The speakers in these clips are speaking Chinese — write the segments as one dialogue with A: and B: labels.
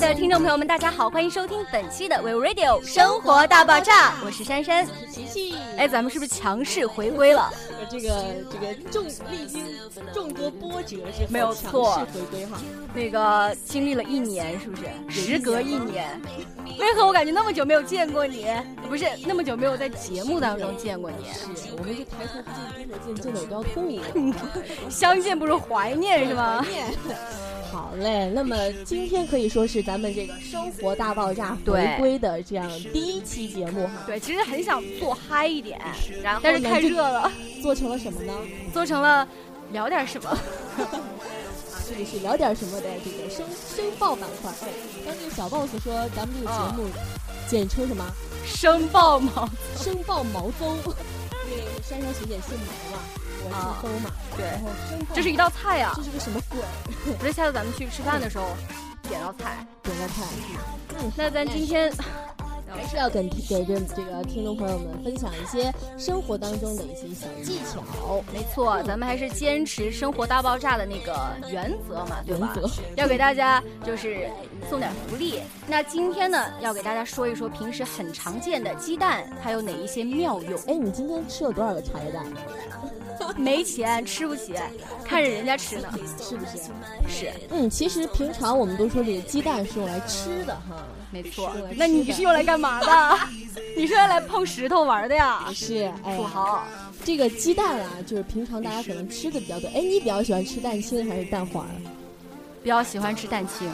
A: 的听众朋友们，大家好，欢迎收听本期的 We Radio 生活大爆炸，我是珊珊。
B: 琪琪，
A: 哎，咱们是不是强势回归了？
B: 我这
A: 啊
B: 个这个众历经众多波折之后，
A: 没有错
B: 强势回归哈。
A: 那个经历了一年，是不是？时隔一年，为何我感觉那么久没有见过你？不是那么久没有在节目当中见过你，
B: 是我们是抬头不见低头见，见的我都要吐。
A: 相见不如怀念，是 吗？
B: 念。好嘞，那么今天可以说是咱们这个生活大爆炸
A: 对
B: 回归的这样第一期节目哈。
A: 对，其实很想做嗨一点，
B: 然后
A: 但是
B: 呢
A: 太
B: 就
A: 热了，
B: 做成了什么呢？
A: 做成了聊点什么。
B: 啊，这里是聊点什么的这个申申报板块。哎，刚这个小 boss 说咱们这个
A: 哦
B: 节目简称什么？
A: 生爆吗？
B: 申报毛 峰，因为珊珊学姐姓毛嘛，我
A: 啊
B: 姓峰嘛，
A: 对
B: 然后申报
A: 这是一道啊菜 呀、
B: 这是个什么鬼？
A: 不是，下次咱们去吃饭的时候点道菜。
B: 点个菜，嗯，
A: 那咱今天
B: 还是要跟给这这个听众朋友们分享一些生活当中的一些小技巧、
A: 没错，咱们还是坚持《生活大爆炸》的那个原则嘛，对
B: 原
A: 吧？
B: 则。
A: 要给大家就是送点福利。那今天呢，要给大家说一说平时很常见的鸡蛋，它有哪一些妙用？
B: 哎，你今天吃了多少个茶叶蛋？啊
A: 没钱吃不起，看着人家吃呢。
B: 是不是？
A: 是，
B: 嗯，其实平常我们都说这个鸡蛋是用来吃的哈，
A: 没错
B: 是的。
A: 那你是用来干嘛的？你是用来碰石头玩的呀
B: 不？是？哎
A: 土，豪，
B: 这个鸡蛋啊，就是平常大家可能吃的比较多。哎，你比较喜欢吃蛋清还是蛋黄？
A: 比较喜欢吃蛋清，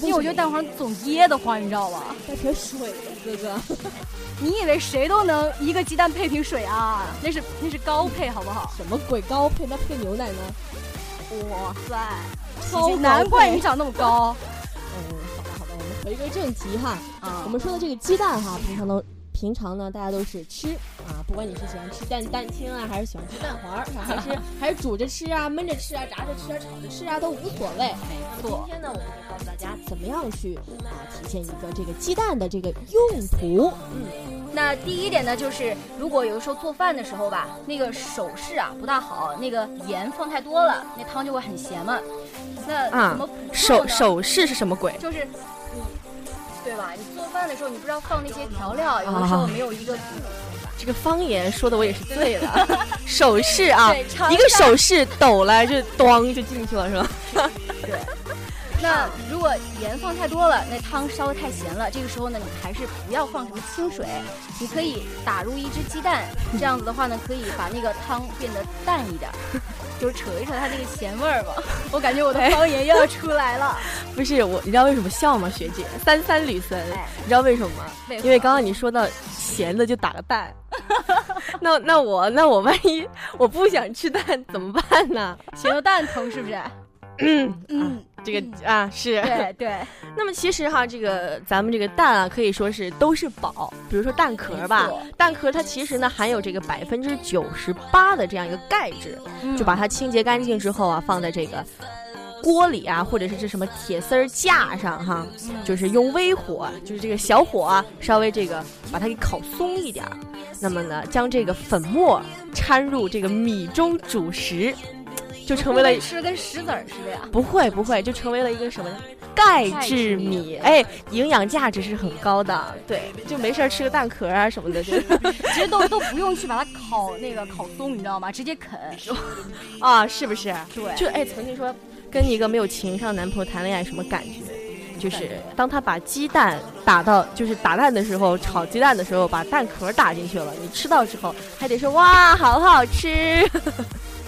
A: 因为
B: 什
A: 我觉得
B: 么
A: 蛋黄总噎得慌，你知道吗？
B: 带瓶水的哥哥。
A: 你以为谁都能一个鸡蛋配瓶水啊？那是那是高配，好不好？
B: 什么鬼高配？那配牛奶呢？
A: 哇
B: 高
A: 塞
B: 配
A: 难怪你长那么 高
B: 嗯，好吧，好吧，我们回归正题哈。
A: 啊
B: 我！们说的这个鸡蛋哈，平常都平常呢，大家都是吃啊，不管你是喜欢吃蛋蛋清啊，还是喜欢吃蛋黄儿，啊还 是还是煮着吃啊、焖着吃啊、炸着吃啊、炒着吃啊，都无所谓。
A: 没
B: 今
A: 错，
B: 天呢，我们就告诉大家怎么样去啊体现一个这个鸡蛋的这个用途。
A: 那第一点呢，就是如果有的时候做饭的时候吧，那个手势啊不大好，那个盐放太多了，那汤就会很咸嘛。那
C: 啊
A: 怎么补救
C: 手
A: 呢
C: 手势是什么鬼？
A: 就是你，对吧？你做饭的时候，你不知道放那些调料，有的时候没有一 个度。
C: 这个方言说的我也是醉
A: 啊
C: 了。手势啊
A: 对，长
C: 一个
A: 沙
C: 手势抖了就咚就进去了是吧？
A: 那如果盐放太多了，那汤烧的太咸了，这个时候呢，你还是不要放什么清水，你可以打入一只鸡蛋，这样子的话呢，可以把那个汤变得淡一点儿， 就是扯一扯它那个咸味儿嘛。我感觉我的方言又要出来了，
C: 不是我，你知道为什么笑吗，学姐？三三吕森，
A: 哎
C: 你知道为什么吗？
A: 为何
C: 因为刚刚你说到咸的就打个蛋，那那我那我万一我不想吃蛋怎么办呢？
A: 咸的蛋疼是不是？ 嗯，
C: 这个啊是。
A: 对对，
C: 那么其实哈，这个咱们这个蛋啊，可以说是都是宝。比如说蛋壳
A: 没
C: 吧
A: 错，
C: 蛋壳它其实呢含有这个百分之九十八的这样一个钙质，
A: 嗯
C: 就把它清洁干净之后啊，放在这个锅里啊，或者是这什么铁丝儿架上哈，
A: 嗯
C: 就是用微火，就是这个小火啊，稍微这个把它给烤松一点儿。那么呢，将这个粉末掺入这个米中煮食，就成为了
A: 吃的跟石子儿似的呀。
C: 不会不会，就成为了一个什么呢？钙
A: 钙质
C: 质
A: 米
C: 米，哎，营养价值是很高的。对，就没事儿吃个蛋壳啊什么 的，就
A: 其实都都不用去把它烤那个烤松，你知道吗？直接啃。
C: 啊，是不是？
A: 对，
C: 就哎，曾经说跟一个没有情商的男朋友谈恋爱什么感觉？就是当他把鸡蛋打到，就是打蛋的时候，炒鸡蛋的时候，把蛋壳打进去了。你吃到之后，还得说哇，好 好吃，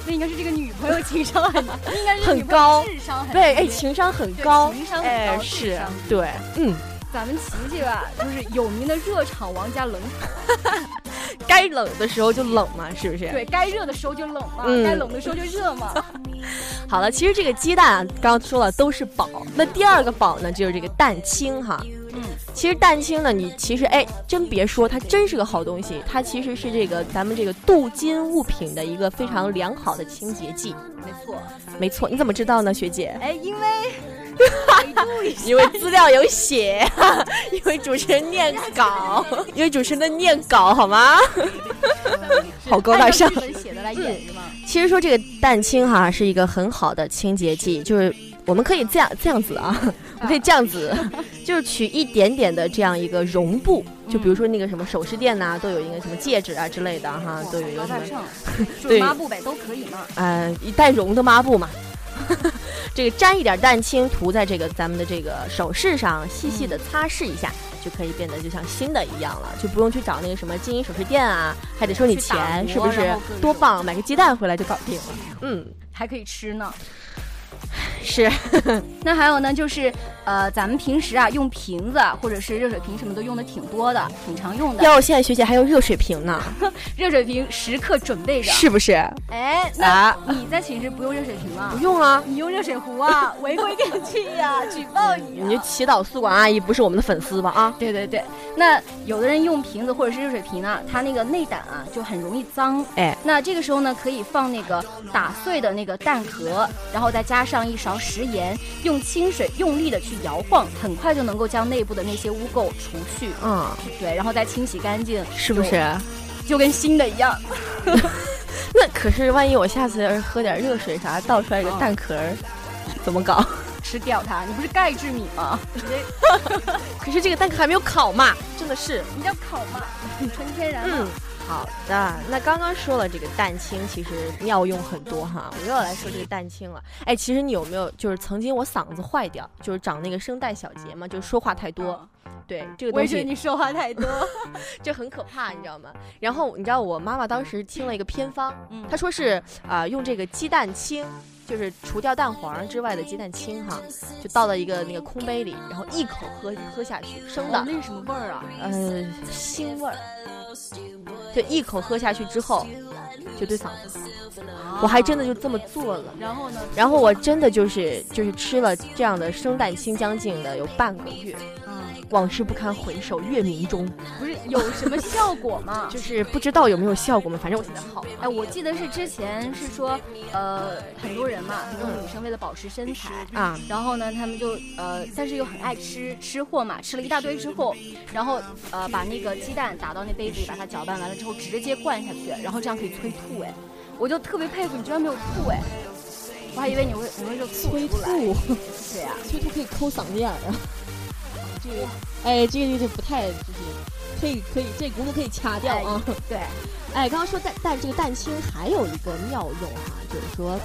A: 那应该是这个女朋 友情商很，应该是
C: 很
A: 女朋友
C: 高
A: 智商很低
C: 对，哎，情商很
A: 对
C: 高，
A: 情商很
C: 哎
A: 高，，智
C: 是
A: 商低
C: 对，嗯，
A: 咱们琪琪 吧，就是有名的热场王加冷场，
C: 该冷的时候就冷嘛，是不是？
A: 对该热的时候就冷嘛，
C: 嗯
A: 该冷的时候就热 嘛。
C: 好了，其实这个鸡蛋啊，刚刚说了都是宝。那第二个宝呢，就是这个蛋清哈。
A: 嗯，
C: 其实蛋清呢，你其实哎，真别说，它真是个好东西。它其实是这个咱们这个镀金物品的一个非常良好的清洁剂。
A: 没错，
C: 没错，你怎么知道呢，学姐？
A: 哎，因为百度一下，
C: 因为资料有写， 因为主持人念稿，因为主持人的念稿好吗？好高大上
A: 按
C: 嗯
A: 照。剧本写的来演是吗？
C: 其实说这个蛋清哈是一个很好的清洁剂，就是我们可以这样这样子 啊，我们可以这样子， 就是取一点点的这样一个绒布，就比如说那个什么首饰店呐、都有一个什么戒指啊之类的哈，都有一
A: 高
C: 个什
A: 大
C: 么
A: 上，就是
C: 对
A: 抹布呗，都可以嘛。
C: 呃一带绒的抹布嘛。 这个沾一点蛋清涂在这个咱们的这个首饰上，细细的擦拭一下，就可以变得就像新的一样了，就不用去找那个什么金银首饰店啊，还得收你
A: 去打
C: 钱，
A: 磨
C: 是不
A: 然
C: 是
A: 后各？
C: 多
A: 种
C: 棒，买个鸡蛋回来就搞定了。嗯，
A: 还可以吃呢。
C: 是。
A: 那还有呢，就是呃，咱们平时啊用瓶子啊或者是热水瓶什么都用的挺多的，挺常用的。
C: 要现在学姐还有热水瓶呢，
A: 热水瓶时刻准备着。
C: 是不是？
A: 哎，那
C: 啊，
A: 你在寝室不用热水瓶啊
C: 不？用啊，
A: 你用热水壶啊？ 违规电器呀、举报你、啊！
C: 你就祈祷宿管阿姨不是我们的粉丝吧？啊，
A: 对对对，那有的人用瓶子或者是热水瓶啊，它那个内胆啊就很容易脏。
C: 哎，
A: 那这个时候呢，可以放那个打碎的那个蛋壳，然后再加上一勺食盐，用清水用力的去摇晃，很快就能够将内部的那些污垢除去。
C: 嗯，
A: 对，然后再清洗干净，
C: 是不是？
A: 就就跟新的一样。
C: 那可是万一我下次要是喝点热水啥，倒出来一个蛋壳儿，怎么搞？
A: 吃掉它，你不是钙质米吗？
C: 可是这个蛋壳还没有烤嘛，真的是。
A: 你叫烤嘛，纯天然嘛。
C: 嗯，好的。那刚刚说了这个蛋清，其实妙用很多哈。我又要来说这个蛋清了。哎，其实你有没有就是曾经我嗓子坏掉，就是长那个声带小结嘛，就是说话太多。对，这个
A: 我
C: 东
A: 也觉得
C: 西
A: 你说话太多。
C: 就很可怕，你知道吗？然后你知道我妈妈当时听了一个偏方，
A: 嗯
C: 她说是啊、呃用这个鸡蛋清，就是除掉蛋黄之外的鸡蛋清哈，就倒到一个那个空杯里，然后一口喝喝下去，生的，
A: 那是什么味儿啊？
C: 哦呃，腥味儿，就一口喝下去之后，就对嗓子好。我还真的就这么做了，
A: 然后呢？
C: 然后我真的就是就是吃了这样的生蛋清，将近的有半个月，
A: 嗯，
C: 往事不堪回首，月明中，
A: 不是有什么效果吗？
C: 就是不知道有没有效果嘛，反正我现在好了。
A: 哎，我记得是之前是说，呃，很多人嘛，很多女生为了保持身材，
C: 啊，
A: 然后呢，她们就呃，但是又很爱吃吃货嘛，吃了一大堆之后，然后呃，把那个鸡蛋打到那杯子里，把它搅拌完了之后直接灌下去，然后这样可以催吐。哎，我就特别佩服你，居然没有吐哎，我还以为你会你会就吐啊
B: 催
A: 出来。
B: 吐，
A: 对呀、
B: 催吐可以抠嗓子眼儿啊。这个，哎，这个就就不太就是。可以可以，这个功夫可以掐掉啊！
A: 对，
B: 哎，刚刚说蛋蛋这个蛋清还有一个妙用哈、就是说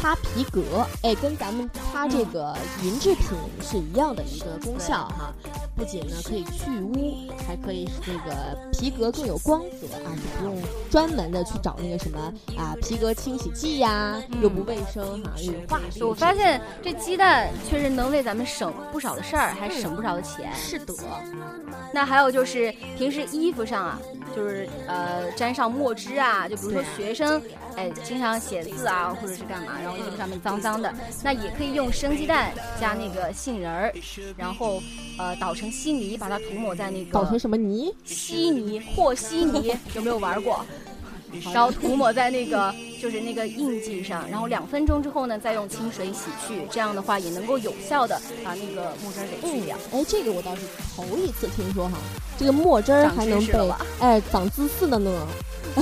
B: 擦皮革，哎，跟咱们擦这个银制品是一样的一个功效哈、不仅呢可以去污，还可以使这个皮革更有光泽啊，就不用专门的去找那个什么啊皮革清洗剂呀、又不卫生哈、又有化学。
A: 嗯我发现这鸡蛋确实能为咱们省不少的事儿，还省不少的钱。
B: 是的，
A: 那还有就是平时衣服上啊，就是呃沾上墨汁啊，就比如说
C: 对
A: 学生，哎，经常写字啊，或者是干嘛，然后衣服上面脏脏的，那也可以用生鸡蛋加那个杏仁儿，然后呃捣成稀泥，把它涂抹在那
B: 捣成
A: 个
B: 什么泥？
A: 稀泥和稀泥，有没有玩过？然后涂抹在那个就是那个印记上，然后两分钟之后呢，再用清水洗去，这样的话也能够有效的把那个墨汁儿给去掉。
B: 哎，这个我倒是头一次听说哈，这个墨汁儿
A: 长
B: 还
A: 知
B: 能
A: 识了
B: 被
A: 吧
B: 哎长姿势了呢，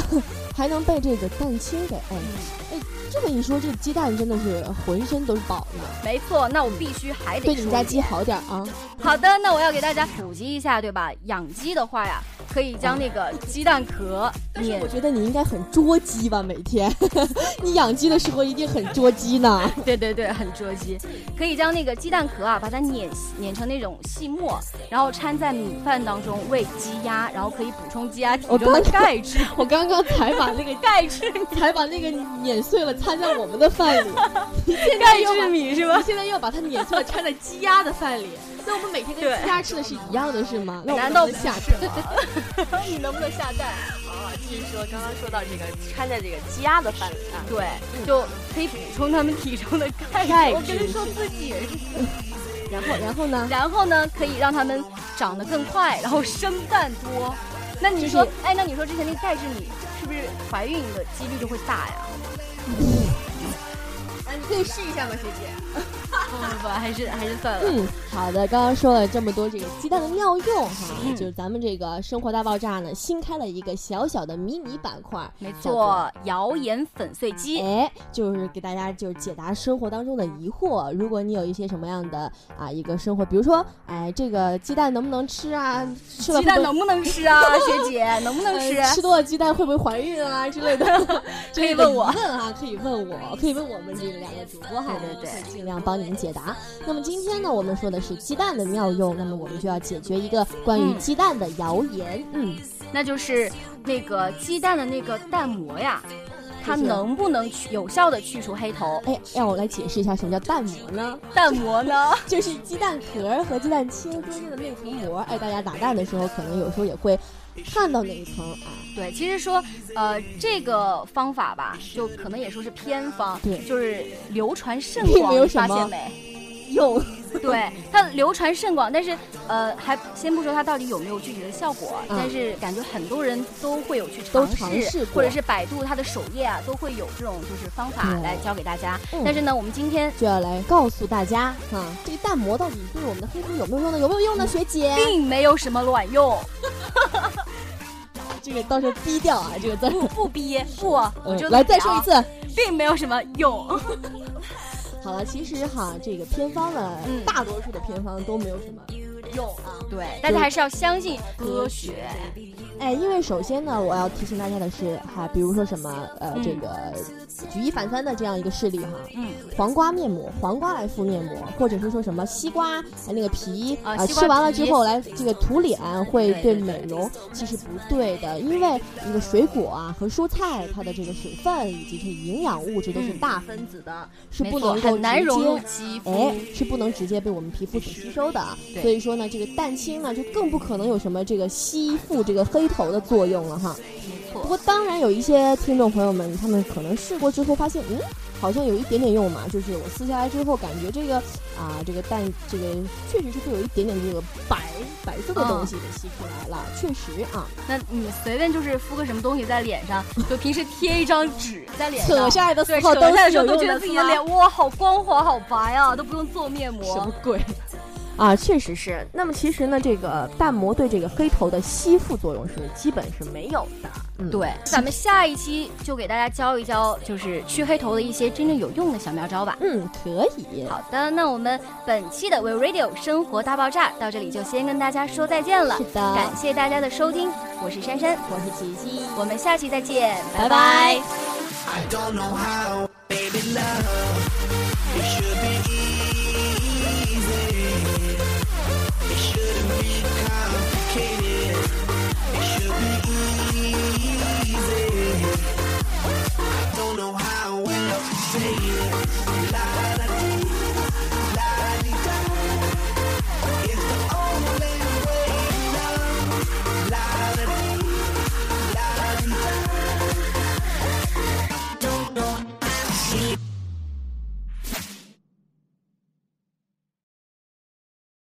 B: 还能被这个蛋清给哎哎，这么一说，这鸡蛋真的是浑身都是宝呢。
A: 没错，那我必须还得
B: 对你
A: 说
B: 们
A: 一
B: 家
A: 遍
B: 鸡好点儿啊，
A: 好的，那我要给大家普及一下，对吧？养鸡的话呀，可以将那个鸡蛋壳碾
B: 我觉得你应该很捉鸡吧，每 天你养鸡的时候一定很捉鸡呢。
A: 对对对，很捉鸡。可以将那个鸡蛋壳啊，把它碾碾成那种细末，然后掺在米饭当中喂鸡鸭，然后可以补充鸡鸭体
B: 我
A: 中的
B: 刚
A: 钙 质。
B: 我刚刚才把那个
A: 钙质，
B: 才把那个碾碎了掺在我们的饭里， 你现在
A: 钙
B: 又
A: 质
B: 把
A: 米是
B: 你
A: 吧？
B: 现在又把它碾碎了掺在鸡鸭的饭里，那我们每天跟鸡鸭吃的是一样的，是吗？那我们
A: 难道
B: 能
A: 不
B: 不能下啊
A: 是吗？ 你能不能下蛋？
C: 继续说，刚刚说到这个掺在这个鸡鸭的饭里啊，
A: 对，就可以补充他们体中的钙质。
B: 钙质
A: 我跟你说自己也是。
B: 然后，然后呢？
A: 然后呢，可以让它们长得更快，然后生蛋 多。那你
B: 就是
A: 说，哎，那你说之前那钙质米是不是怀孕的几率就会大呀？
B: 你可以试一下吗，学姐？
A: 啊不不不，还是还是算了。
B: 嗯，好的，刚刚说了这么多这个鸡蛋的妙用哈，就是咱们这个生活大爆炸呢，新开了一个小小的迷你板块，
A: 没
B: 叫做
A: 错，哦谣言粉碎机。
B: 哎，就是给大家就是解答生活当中的疑惑。如果你有一些什么样的啊一个生活，比如说哎这个鸡蛋能不能吃啊？吃了
A: 鸡
B: 会不
A: 蛋
B: 会
A: 能不能吃啊，学 姐？能不能吃？
B: 呃吃多了鸡蛋会不会怀孕啊 之类的？之类的
A: 问我
B: 疑问啊， 可以问我，可以问我们这两个主播哈，
A: 对对对
B: 我们会尽量帮您解答。那么今天呢，我们说的是鸡蛋的妙用，那么我们就要解决一个关于
A: 嗯
B: 鸡蛋的谣言。嗯，
A: 那就是那个鸡蛋的那个蛋膜呀，它
B: 就是
A: 能不能去有效的去除黑头？
B: 哎，让我来解释一下什么叫蛋膜呢？
A: 蛋膜呢？
B: 就是鸡蛋壳儿和鸡蛋清中间的那层膜。哎，大家打蛋的时候，可能有时候也会看到那一层啊。
A: 对，其实说，呃，这个方法吧，就可能也说是偏方，
B: 对
A: 就是流传甚
B: 并没有
A: 广，
B: 什
A: 发
B: 么
A: 现没？
B: 有
A: 对， 它流传甚广，但是，呃，还先不说它到底有没有具体的效果，
B: 嗯
A: 但是感觉很多人都会有去
B: 都
A: 尝
B: 尝
A: 试，
B: 试
A: 或者
B: 过
A: 是百度它的首页啊，都会有这种就是方法
B: 对
A: 来教给大家。
B: 嗯
A: 但是呢，我们今天
B: 就要来告诉大家啊，这个蛋膜到底对我们的黑头有没有用呢？有没有用呢，学姐？
A: 并没有什么卵 用。
B: 这个到时候低调啊，这个字儿。
A: 不逼不，我嗯就
B: 嗯、来再说一，次，
A: 并没有什么用。
B: 好了，其实哈，这个偏方呢，
A: 嗯
B: 大多数的偏方都没有什么用啊。
A: 对，大家还是要相信科学。
B: 哎，因为首先呢，我要提醒大家的是哈，比如说什么呃，
A: 嗯
B: 这个举一反三的这样一个事例哈，
A: 嗯，
B: 黄瓜面膜，黄瓜来敷面膜，或者是说什么西瓜哎那个皮
A: 啊
B: 呃
A: 西瓜
B: 吃完了
A: 皮
B: 之后来这个涂脸会
A: 对
B: 对
A: 对对
B: 美容，其实不对的，因为一个水果啊和蔬菜它的这个水分以及这营养物质都是
A: 嗯
B: 大分子的，是
A: 没
B: 不
A: 错
B: 能够
A: 很难
B: 直
A: 融
B: 接
A: 入肌肤
B: 哎。，是不能直接被我们皮肤所吸收的啊，
A: 对
B: 所以说呢，这个蛋清呢就更不可能有什么这个吸附这个黑头的作用了哈。
A: 没
B: 不
A: 错，
B: 过当然有一些听众朋友们，他们可能试过之后发现，嗯，好像有一点点用嘛，就是我撕下来之后感觉这个啊、这个蛋这个确实是会有一点点这个白白色的东西给吸出来了，确实啊，
A: 那你随便就是敷个什么东西在脸上，就平时贴一张纸在脸上，
B: 扯下来的时
A: 对，
B: 候
A: 扯
B: 都
A: 下来的
B: 是
A: 时
B: 有
A: 候都
B: 用
A: 觉得
B: 的
A: 自
B: 是
A: 己的
B: 吗
A: 脸哇好光滑好白啊，都不用做面
B: 什
A: 膜
B: 么。鬼啊，确实
C: 只是，那么其实呢，这个蛋膜对这个黑头的吸附作用是基本是没有的。
B: 嗯
A: 对，咱们下一期就给大家教一教，就是去黑头的一些真正有用的小妙招吧。
B: 嗯，可以。
A: 好的，那我们本期的 We Radio 生活大爆炸到这里就先跟大家说再见了
B: 是，的，
A: 感谢大家的收听，我是珊珊，
B: 我是琪琪。
A: 我们下期再见，
B: 拜
A: 拜
B: 拜
A: 拜
D: I don't know how, baby love. You should be